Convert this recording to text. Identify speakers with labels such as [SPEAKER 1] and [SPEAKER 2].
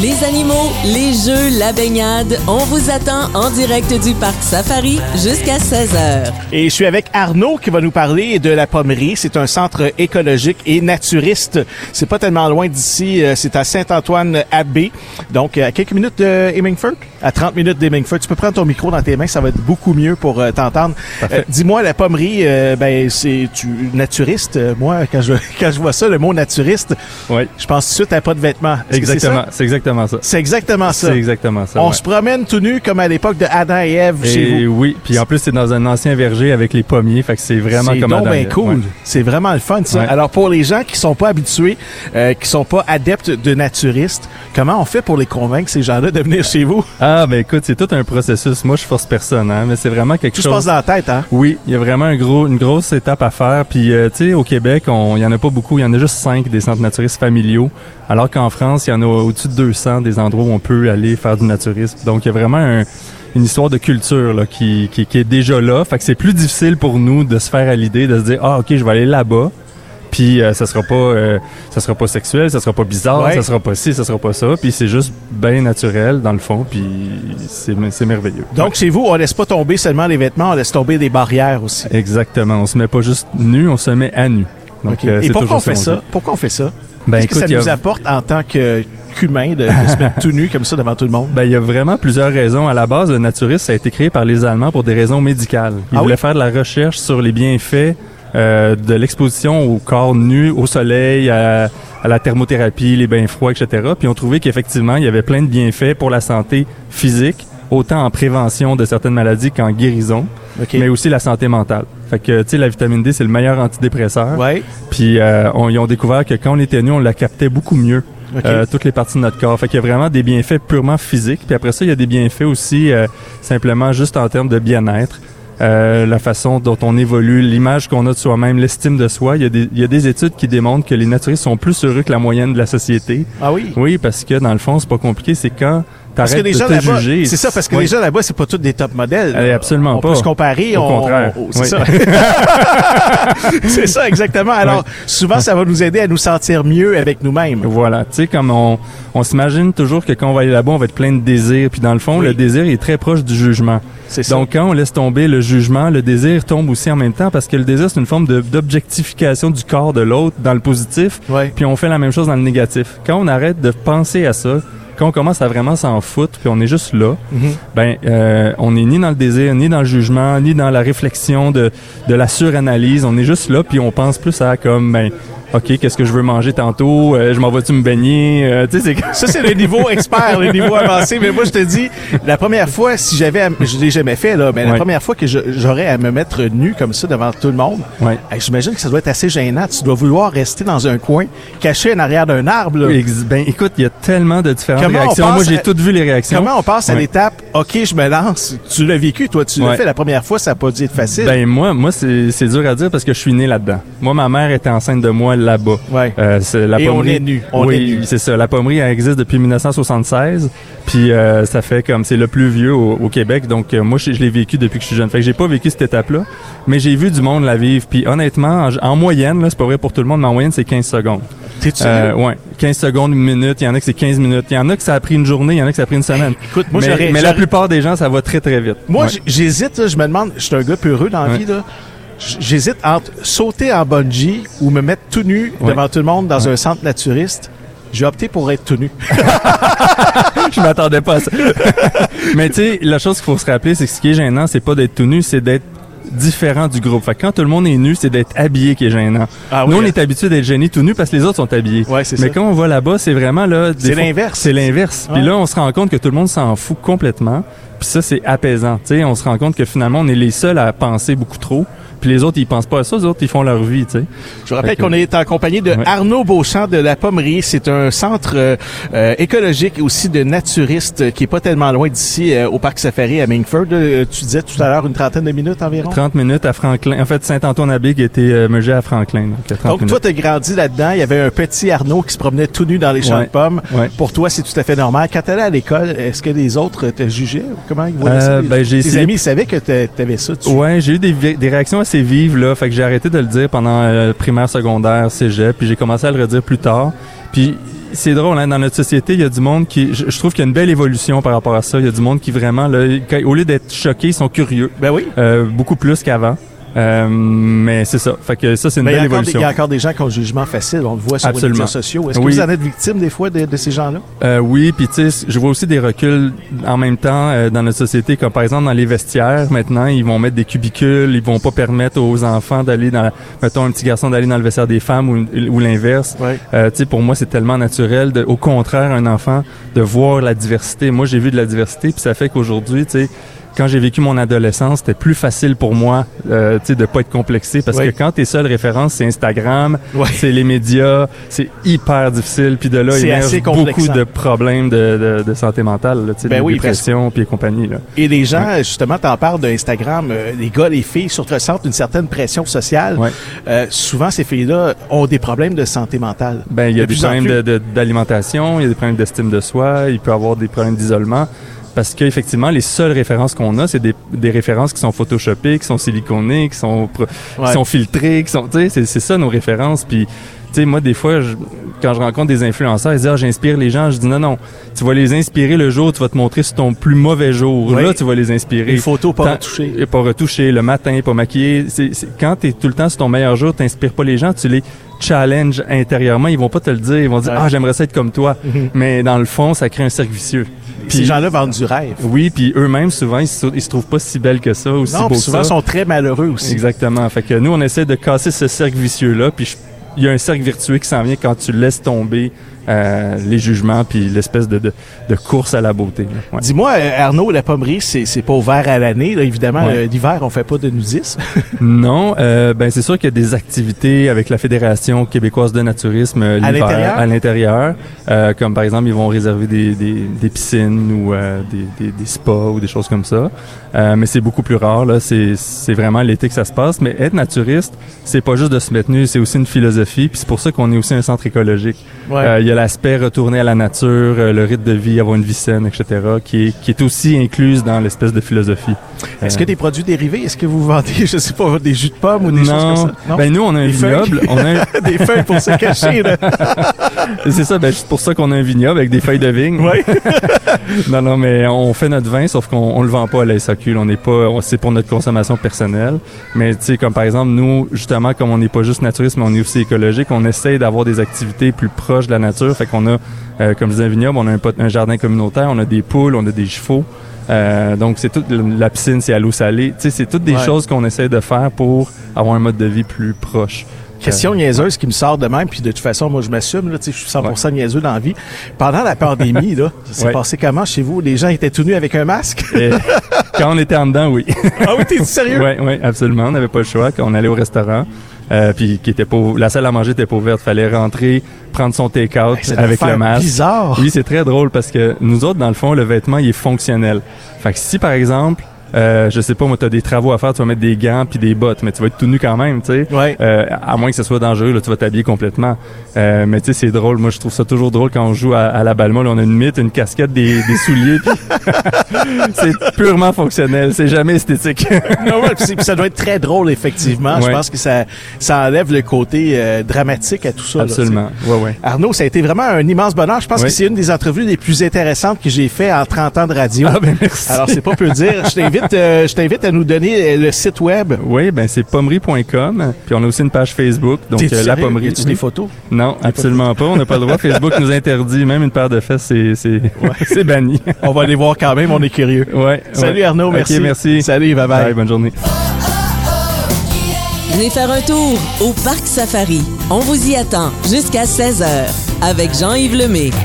[SPEAKER 1] Les animaux, les jeux, la baignade, on vous attend en direct du parc Safari jusqu'à 16h.
[SPEAKER 2] Et je suis avec Arnaud qui va nous parler de la Pommerie. C'est un centre écologique et naturiste. C'est pas tellement loin d'ici. euh, C'est à Saint-Antoine-Abbé. Donc, euh, à quelques minutes de Hemingford, à 30 minutes d'Hemingford. Tu peux prendre ton micro dans tes mains, ça va être beaucoup mieux pour euh, t'entendre. Euh, Dis-moi, la Pommerie, euh, ben, c'est tu naturiste. Euh, Moi, quand je, quand je vois ça, le mot naturiste,
[SPEAKER 3] Oui,
[SPEAKER 2] je pense tout de suite à pas de vêtements. Est-ce que c'est ça?
[SPEAKER 3] exactement. C'est exactement ça.
[SPEAKER 2] C'est exactement ça.
[SPEAKER 3] C'est exactement ça.
[SPEAKER 2] On
[SPEAKER 3] ouais.
[SPEAKER 2] se promène tout nu comme à l'époque de Adam et Ève chez vous.
[SPEAKER 3] Et oui, puis en plus c'est dans un ancien verger avec les pommiers, fait que c'est vraiment
[SPEAKER 2] C'est
[SPEAKER 3] comme
[SPEAKER 2] donc
[SPEAKER 3] Adam
[SPEAKER 2] ben
[SPEAKER 3] et Ève,
[SPEAKER 2] cool.
[SPEAKER 3] ouais.
[SPEAKER 2] C'est vraiment le fun, ça.
[SPEAKER 3] Ouais.
[SPEAKER 2] Alors, pour les gens qui sont pas habitués, euh, qui sont pas adeptes de naturistes, comment on fait pour les convaincre, ces gens-là, de venir chez vous?
[SPEAKER 3] Ah ben écoute, c'est tout un processus. Moi je force personne, hein, mais c'est vraiment quelque
[SPEAKER 2] Tout se passe
[SPEAKER 3] chose.
[SPEAKER 2] dans la tête, hein?
[SPEAKER 3] Oui, il y a vraiment un gros, une grosse étape à faire. Puis, euh, tu sais, au Québec, on- il y en a pas beaucoup. Il y en a juste cinq des centres naturistes familiaux. Alors qu'en France, il y en a au-dessus de 200 des endroits où on peut aller faire du naturisme. Donc, il y a vraiment un- une histoire de culture là, qui, qui, qui est déjà là. Fait que c'est plus difficile pour nous de se faire à l'idée de se dire, ah, OK, je vais aller là-bas. Puis euh, ça sera pas euh, ça sera pas sexuel, ça sera pas bizarre,
[SPEAKER 2] Ouais.
[SPEAKER 3] ça sera pas ci, ça sera pas ça, puis c'est juste bien naturel dans le fond, puis c'est c'est merveilleux.
[SPEAKER 2] Donc, chez vous, on laisse pas tomber seulement les vêtements, on laisse tomber des barrières aussi.
[SPEAKER 3] Exactement. On se met pas juste nu, on se met à nu. Donc,
[SPEAKER 2] OK.
[SPEAKER 3] euh,
[SPEAKER 2] Et
[SPEAKER 3] c'est
[SPEAKER 2] pourquoi on
[SPEAKER 3] toujours
[SPEAKER 2] fait
[SPEAKER 3] qu'on
[SPEAKER 2] ça?
[SPEAKER 3] dit.
[SPEAKER 2] Pourquoi on fait ça?
[SPEAKER 3] Ben,
[SPEAKER 2] Qu'est-ce que
[SPEAKER 3] écoute,
[SPEAKER 2] ça
[SPEAKER 3] il y a-
[SPEAKER 2] nous apporte en tant que qu'humain de, de se mettre tout nu comme ça devant tout le monde?
[SPEAKER 3] Ben, il y a vraiment plusieurs raisons. À la base, le naturisme ça a été créé par les Allemands pour des raisons médicales. Ils
[SPEAKER 2] Ah oui?
[SPEAKER 3] voulaient faire de la recherche sur les bienfaits euh, de l'exposition au corps nu, au soleil, à, à la thermothérapie, les bains froids, etc. Puis on trouvait qu'effectivement, il y avait plein de bienfaits pour la santé physique, autant en prévention de certaines maladies qu'en guérison,
[SPEAKER 2] OK.
[SPEAKER 3] mais aussi la santé mentale. Fait que, tu sais, la vitamine D, c'est le meilleur antidépresseur.
[SPEAKER 2] Ouais.
[SPEAKER 3] Puis euh, on, ils ont découvert que quand on était nu, on la captait beaucoup mieux.
[SPEAKER 2] OK.
[SPEAKER 3] euh, toutes les parties de notre corps. Fait qu'il y a vraiment des bienfaits purement physiques. Puis après ça, il y a des bienfaits aussi euh, simplement juste en termes de bien-être. Euh, la façon dont on évolue, l'image qu'on a de soi-même, l'estime de soi. Il y, a des, il y a des études qui démontrent que les naturistes sont plus heureux que la moyenne de la société.
[SPEAKER 2] Ah oui?
[SPEAKER 3] Oui, parce que dans le fond, c'est pas compliqué. C'est quand
[SPEAKER 2] Parce que
[SPEAKER 3] t'arrêtes
[SPEAKER 2] les
[SPEAKER 3] de
[SPEAKER 2] gens
[SPEAKER 3] te
[SPEAKER 2] là-bas,
[SPEAKER 3] juger.
[SPEAKER 2] c'est ça, parce que
[SPEAKER 3] Oui.
[SPEAKER 2] les gens là-bas, c'est pas tous des top modèles.
[SPEAKER 3] Eh, absolument
[SPEAKER 2] on
[SPEAKER 3] pas.
[SPEAKER 2] peut se comparer.
[SPEAKER 3] Au
[SPEAKER 2] on,
[SPEAKER 3] contraire.
[SPEAKER 2] on- c'est
[SPEAKER 3] Oui.
[SPEAKER 2] ça. c'est ça, exactement. Alors, souvent, ça va nous aider à nous sentir mieux avec nous-mêmes.
[SPEAKER 3] Voilà, tu sais, comme on, on s'imagine toujours que quand on va aller là-bas, on va être plein de désir. Puis dans le fond,
[SPEAKER 2] Oui.
[SPEAKER 3] le désir est très proche du jugement.
[SPEAKER 2] C'est ça.
[SPEAKER 3] Donc quand on laisse tomber le jugement, le désir tombe aussi en même temps parce que le désir, c'est une forme de- d'objectification du corps de l'autre dans le positif.
[SPEAKER 2] Ouais.
[SPEAKER 3] Puis on fait la même chose dans le négatif. Quand on arrête de penser à ça, quand on commence à vraiment s'en foutre, puis on est juste là, ben euh, on est ni dans le désir, ni dans le jugement, ni dans la réflexion de, de la suranalyse. On est juste là, puis on pense plus à comme ben ok, qu'est-ce que je veux manger tantôt Euh, Je m'en vais-tu me baigner Euh, Tu sais, c'est
[SPEAKER 2] Ça, c'est le niveau expert, le niveau avancé. Mais moi, je te dis, la première fois, si j'avais, à m- je l'ai jamais fait, là, mais la
[SPEAKER 3] Ouais.
[SPEAKER 2] première fois que je- j'aurais à me mettre nu comme ça devant tout le monde,
[SPEAKER 3] Ouais.
[SPEAKER 2] eh, j'imagine que ça doit être assez gênant. Tu dois vouloir rester dans un coin, caché en arrière d'un arbre. là.
[SPEAKER 3] Ex- ben écoute, il y a tellement de différentes
[SPEAKER 2] Comment on
[SPEAKER 3] réactions. Moi,
[SPEAKER 2] passe
[SPEAKER 3] j'ai
[SPEAKER 2] à-
[SPEAKER 3] toutes vu les réactions.
[SPEAKER 2] Comment on passe à
[SPEAKER 3] Ouais.
[SPEAKER 2] l'étape, OK, je me lance. Tu l'as vécu, toi, tu l'as
[SPEAKER 3] Ouais.
[SPEAKER 2] fait la première fois, ça n'a pas dû être facile.
[SPEAKER 3] Ben moi, moi c'est c'est dur à dire parce que je suis né là-dedans. Moi, ma mère était enceinte de moi là-bas.
[SPEAKER 2] Ouais.
[SPEAKER 3] Euh, c'est la
[SPEAKER 2] Et on
[SPEAKER 3] pommerie-
[SPEAKER 2] est nu, on
[SPEAKER 3] oui,
[SPEAKER 2] est nu.
[SPEAKER 3] c'est ça. La pommerie elle existe depuis 1976. Puis euh, ça fait comme c'est le plus vieux au, au Québec. Donc euh, moi, je, je l'ai vécu depuis que je suis jeune. Fait que j'ai pas vécu cette étape-là, mais j'ai vu du monde la vivre. Puis honnêtement, en, en moyenne, là, c'est pas vrai pour tout le monde, mais en moyenne, c'est 15 secondes.
[SPEAKER 2] T'es-tu
[SPEAKER 3] Euh, ouais, 15 secondes, une minute. Il y en a que c'est 15 minutes. Il y en a que ça a pris une journée. Il y en a que ça a pris une semaine.
[SPEAKER 2] Écoute, moi,
[SPEAKER 3] mais,
[SPEAKER 2] j'aurais-
[SPEAKER 3] mais la
[SPEAKER 2] j'aurais-
[SPEAKER 3] plupart des gens, ça va très très vite.
[SPEAKER 2] Moi,
[SPEAKER 3] Ouais.
[SPEAKER 2] j- j'hésite, là, je me demande, je suis un gars peureux dans la
[SPEAKER 3] Ouais.
[SPEAKER 2] vie, là. J- J'hésite entre sauter en bungee ou me mettre tout nu
[SPEAKER 3] Ouais.
[SPEAKER 2] devant tout le monde dans un centre naturiste. J'ai opté pour être tout nu.
[SPEAKER 3] Je m'attendais pas à ça. Mais tu sais, la chose qu'il faut se rappeler, c'est que ce qui est gênant, c'est pas d'être tout nu, c'est d'être différent du groupe. Fait que quand tout le monde est nu, c'est d'être habillé qui est gênant.
[SPEAKER 2] Ah
[SPEAKER 3] Nous,
[SPEAKER 2] oui,
[SPEAKER 3] on
[SPEAKER 2] hein.
[SPEAKER 3] est habitué d'être gêné tout nu parce que les autres sont habillés.
[SPEAKER 2] Ouais, c'est
[SPEAKER 3] Mais
[SPEAKER 2] ça.
[SPEAKER 3] quand on va là-bas, c'est vraiment là... des
[SPEAKER 2] C'est
[SPEAKER 3] fois-
[SPEAKER 2] l'inverse.
[SPEAKER 3] C'est l'inverse.
[SPEAKER 2] Ouais.
[SPEAKER 3] Puis là, on se rend compte que tout le monde s'en fout complètement. Puis ça, c'est apaisant. Tu sais, on se rend compte que finalement, on est les seuls à penser beaucoup trop. Puis les autres, ils pensent pas à ça. Les autres, ils font leur vie, tu sais.
[SPEAKER 2] Je vous rappelle
[SPEAKER 3] Fait que-
[SPEAKER 2] qu'on est en compagnie de
[SPEAKER 3] Ouais.
[SPEAKER 2] Arnaud Beauchamp de la Pommerie. C'est un centre euh, euh, écologique et aussi de naturiste euh, qui est pas tellement loin d'ici, euh, au Parc Safari à Mingford. Euh, tu disais tout à l'heure une trentaine de minutes environ.
[SPEAKER 3] 30 minutes à Franklin. En fait, Saint-Antoine-Abbé qui était euh, meugé à Franklin. Donc, 30
[SPEAKER 2] Donc,
[SPEAKER 3] minutes.
[SPEAKER 2] toi, t'as grandi là-dedans. Il y avait un petit Arnaud qui se promenait tout nu dans les champs
[SPEAKER 3] Ouais.
[SPEAKER 2] de pommes.
[SPEAKER 3] Ouais.
[SPEAKER 2] Pour toi, c'est tout à fait normal. Quand t'allais à l'école, est-ce que les autres te jugeaient? ou Comment ils voyaient ça?
[SPEAKER 3] Euh, ben, j'ai
[SPEAKER 2] Tes
[SPEAKER 3] essayé-
[SPEAKER 2] amis savaient que t'a- t'avais ça. Tu...
[SPEAKER 3] Ouais, j'ai eu des, vi- des réactions assez vives là, fait que j'ai arrêté de le dire pendant euh, primaire, secondaire, cégep, puis j'ai commencé à le redire plus tard. Puis c'est drôle, hein, dans notre société, il y a du monde qui. Je, je trouve qu'il y a une belle évolution par rapport à ça. Il y a du monde qui vraiment, là, quand- au lieu d'être choqué, sont curieux.
[SPEAKER 2] Ben oui.
[SPEAKER 3] Euh, beaucoup plus qu'avant. Euh, mais c'est ça. Fait que ça, c'est une
[SPEAKER 2] Mais Ben, il y, a
[SPEAKER 3] belle
[SPEAKER 2] encore des, il
[SPEAKER 3] évolution.
[SPEAKER 2] y a encore des gens qui ont le jugement facile. On le voit sur
[SPEAKER 3] Absolument.
[SPEAKER 2] les médias sociaux. Est-ce que
[SPEAKER 3] Oui.
[SPEAKER 2] vous en êtes victime des fois de, de ces gens-là?
[SPEAKER 3] Euh, oui, puis tu sais, je vois aussi des reculs en même temps euh, dans notre société, comme par exemple dans les vestiaires. Maintenant, ils vont mettre des cubicules, ils vont pas permettre aux enfants d'aller dans, la- mettons, un petit garçon d'aller dans le vestiaire des femmes ou, ou l'inverse.
[SPEAKER 2] Ouais.
[SPEAKER 3] Euh, tu sais, pour moi, c'est tellement naturel. de- au contraire, un enfant de voir la diversité. Moi, j'ai vu de la diversité, puis ça fait qu'aujourd'hui, tu sais. Quand j'ai vécu mon adolescence, c'était plus facile pour moi euh, tu sais, de pas être complexé parce
[SPEAKER 2] Ouais.
[SPEAKER 3] que quand tes seules références, c'est Instagram,
[SPEAKER 2] Ouais.
[SPEAKER 3] c'est les médias, c'est hyper difficile. Puis de là,
[SPEAKER 2] C'est
[SPEAKER 3] il
[SPEAKER 2] assez
[SPEAKER 3] y a beaucoup
[SPEAKER 2] complexant.
[SPEAKER 3] de problèmes de, de, de santé mentale, là, tu sais,
[SPEAKER 2] Ben
[SPEAKER 3] de
[SPEAKER 2] oui,
[SPEAKER 3] dépression puis et compagnie. Là.
[SPEAKER 2] Et les gens, justement, t'en parles d'Instagram, euh, les gars, les filles sur- ressentent une certaine pression sociale.
[SPEAKER 3] Ouais.
[SPEAKER 2] Euh, souvent, ces filles-là ont des problèmes de santé mentale.
[SPEAKER 3] Ben, il y
[SPEAKER 2] De
[SPEAKER 3] a des
[SPEAKER 2] plus en
[SPEAKER 3] problèmes
[SPEAKER 2] plus.
[SPEAKER 3] de- de- d'alimentation, il y a des problèmes d'estime de soi, il peut y avoir des problèmes d'isolement. Parce que effectivement, les seules références qu'on a, c'est des, des références qui sont photoshopées, qui sont siliconées, qui sont, pro-
[SPEAKER 2] Ouais.
[SPEAKER 3] qui sont filtrées, qui sont, tu sais, c'est, c'est ça nos références. Puis, tu sais, moi des fois, je- quand je rencontre des influenceurs, ils disent ah, j'inspire les gens, je dis non non, tu vas les inspirer le jour, où tu vas te montrer sur ton plus mauvais jour,
[SPEAKER 2] Ouais.
[SPEAKER 3] là tu vas les inspirer.
[SPEAKER 2] Les photos pas
[SPEAKER 3] Tant-
[SPEAKER 2] retouchées.
[SPEAKER 3] et pas retouché le matin, pas maquillé. C'est, c'est- quand t'es tout le temps sur ton meilleur jour, t'inspires pas les gens, tu les challenges intérieurement. Ils vont pas te le dire. Ils vont dire
[SPEAKER 2] Ouais. Mhm.
[SPEAKER 3] ah j'aimerais ça être comme toi, mais dans le fond ça crée un cercle vicieux.
[SPEAKER 2] Ces gens-là vendent du rêve.
[SPEAKER 3] oui, puis eux-mêmes souvent ils se, ils se trouvent pas si belles que ça ou si
[SPEAKER 2] non,
[SPEAKER 3] beaux
[SPEAKER 2] puis
[SPEAKER 3] que
[SPEAKER 2] souvent,
[SPEAKER 3] ça.
[SPEAKER 2] sont très malheureux aussi.
[SPEAKER 3] Exactement. Fait que nous on essaie de casser ce cercle vicieux là, puis je- il y a un cercle vertueux qui s'en vient quand tu laisses tomber euh, les jugements puis l'espèce de, de, de course à la beauté. là. Ouais.
[SPEAKER 2] Dis-moi, euh, Arnaud, la pommerie, c'est c'est pas ouvert à l'année. là. Évidemment,
[SPEAKER 3] Ouais.
[SPEAKER 2] euh, l'hiver, on fait pas de nudisme.
[SPEAKER 3] Non, euh, ben c'est sûr qu'il y a des activités avec la Fédération québécoise de naturisme euh,
[SPEAKER 2] À
[SPEAKER 3] l'hiver,
[SPEAKER 2] l'intérieur?
[SPEAKER 3] à l'intérieur, euh, comme par exemple ils vont réserver des, des, des piscines ou euh, des, des, des spas ou des choses comme ça. Euh, mais c'est beaucoup plus rare là, c'est c'est vraiment l'été que ça se passe. Mais être naturiste, c'est pas juste de se mettre nu, c'est aussi une philosophie. Puis c'est pour ça qu'on est aussi un centre écologique.
[SPEAKER 2] Ouais.
[SPEAKER 3] Euh, il y a l'aspect retourner à la nature, euh, le rythme de vie, avoir une vie saine, etc. qui est qui est aussi incluse dans l'espèce de philosophie.
[SPEAKER 2] Est-ce
[SPEAKER 3] Euh,
[SPEAKER 2] que des produits dérivés, est-ce que vous vendez, je sais pas, des jus de pomme ou des
[SPEAKER 3] non.
[SPEAKER 2] choses comme ça?
[SPEAKER 3] Ben nous, on a un
[SPEAKER 2] Des feuilles.
[SPEAKER 3] vignoble. On a un-
[SPEAKER 2] des feuilles pour se cacher. Là.
[SPEAKER 3] C'est ça, ben, c'est pour ça qu'on a un vignoble avec des feuilles de vigne.
[SPEAKER 2] Ouais.
[SPEAKER 3] non, non, mais on fait notre vin, sauf qu'on on le vend pas à la SAQ. là. On n'est pas, on- c'est pour notre consommation personnelle. Mais tu sais, comme par exemple, nous, justement, comme on n'est pas juste naturiste, mais on est aussi écologique, on essaye d'avoir des activités plus proches de la nature. Fait qu'on a, euh, comme je disais, un vignoble, on a un, pot- un jardin communautaire, on a des poules, on a des chevaux. Euh, donc c'est toute la piscine, c'est à l'eau salée. Tu sais, c'est toutes des
[SPEAKER 2] Ouais.
[SPEAKER 3] choses qu'on essaie de faire pour avoir un mode de vie plus proche.
[SPEAKER 2] Question niaiseuse qui me sort de même, puis de toute façon, moi, je m'assume, là, tu sais, je suis 100% niaiseux dans la vie. Pendant la pandémie, là, ça s'est
[SPEAKER 3] Ouais.
[SPEAKER 2] passé comment chez vous? Les gens étaient tout nus avec un masque?
[SPEAKER 3] Et Euh, quand on était en dedans, oui.
[SPEAKER 2] ah oui, t'es sérieux?
[SPEAKER 3] Oui, oui, absolument. On n'avait pas le choix. Quand on allait au restaurant, euh, puis qui était pas, ou- la salle à manger était pas ouverte. Fallait rentrer, prendre son take-out
[SPEAKER 2] Hey, ça doit
[SPEAKER 3] avec le
[SPEAKER 2] faire
[SPEAKER 3] masque.
[SPEAKER 2] bizarre.
[SPEAKER 3] Oui, c'est très drôle parce que nous autres, dans le fond, le vêtement, il est fonctionnel. Fait que si, par exemple, euh, je sais pas, moi, t'as des travaux à faire, tu vas mettre des gants puis des bottes, mais tu vas être tout nu quand même, tu sais.
[SPEAKER 2] Ouais.
[SPEAKER 3] Euh, à moins que ce soit dangereux, là, tu vas t'habiller complètement. Euh, mais tu sais, c'est drôle. Moi, je trouve ça toujours drôle quand on joue à, à la balle molle. On a une mythe, une casquette, des, des souliers. puis c'est purement fonctionnel. C'est jamais esthétique.
[SPEAKER 2] Ah ouais, puis c'est- puis ça doit être très drôle, effectivement. Je
[SPEAKER 3] Ouais.
[SPEAKER 2] pense que ça, ça enlève le côté euh, dramatique à tout ça. là, tu sais.
[SPEAKER 3] Absolument. ouais, ouais.
[SPEAKER 2] Arnaud, ça a été vraiment un immense bonheur. Je pense
[SPEAKER 3] Oui.
[SPEAKER 2] que c'est une des entrevues les plus intéressantes que j'ai fait en 30 ans de radio.
[SPEAKER 3] Ah, ben, merci.
[SPEAKER 2] Alors, c'est pas peu dire. Je t'invite, euh, je t'invite à nous donner euh, le site web.
[SPEAKER 3] Oui, ben c'est pommerie.com. Puis on a aussi une page Facebook. Donc
[SPEAKER 2] T'es-tu
[SPEAKER 3] euh, la
[SPEAKER 2] sérieux?
[SPEAKER 3] pommerie.
[SPEAKER 2] Y a-tu des photos?
[SPEAKER 3] Non, absolument pas. On n'a pas le droit. Facebook nous interdit. Même une paire de fesses, c'est c'est c'est banni.
[SPEAKER 2] On va les voir quand même, on est curieux.
[SPEAKER 3] Ouais.
[SPEAKER 2] Salut
[SPEAKER 3] ouais.
[SPEAKER 2] Arnaud,
[SPEAKER 3] Ok,
[SPEAKER 2] merci.
[SPEAKER 3] merci.
[SPEAKER 2] Salut, bye bye.
[SPEAKER 3] Bye, bonne journée.
[SPEAKER 1] Venez faire un tour au Parc Safari. On vous y attend jusqu'à 16h avec Jean-Yves Lemay.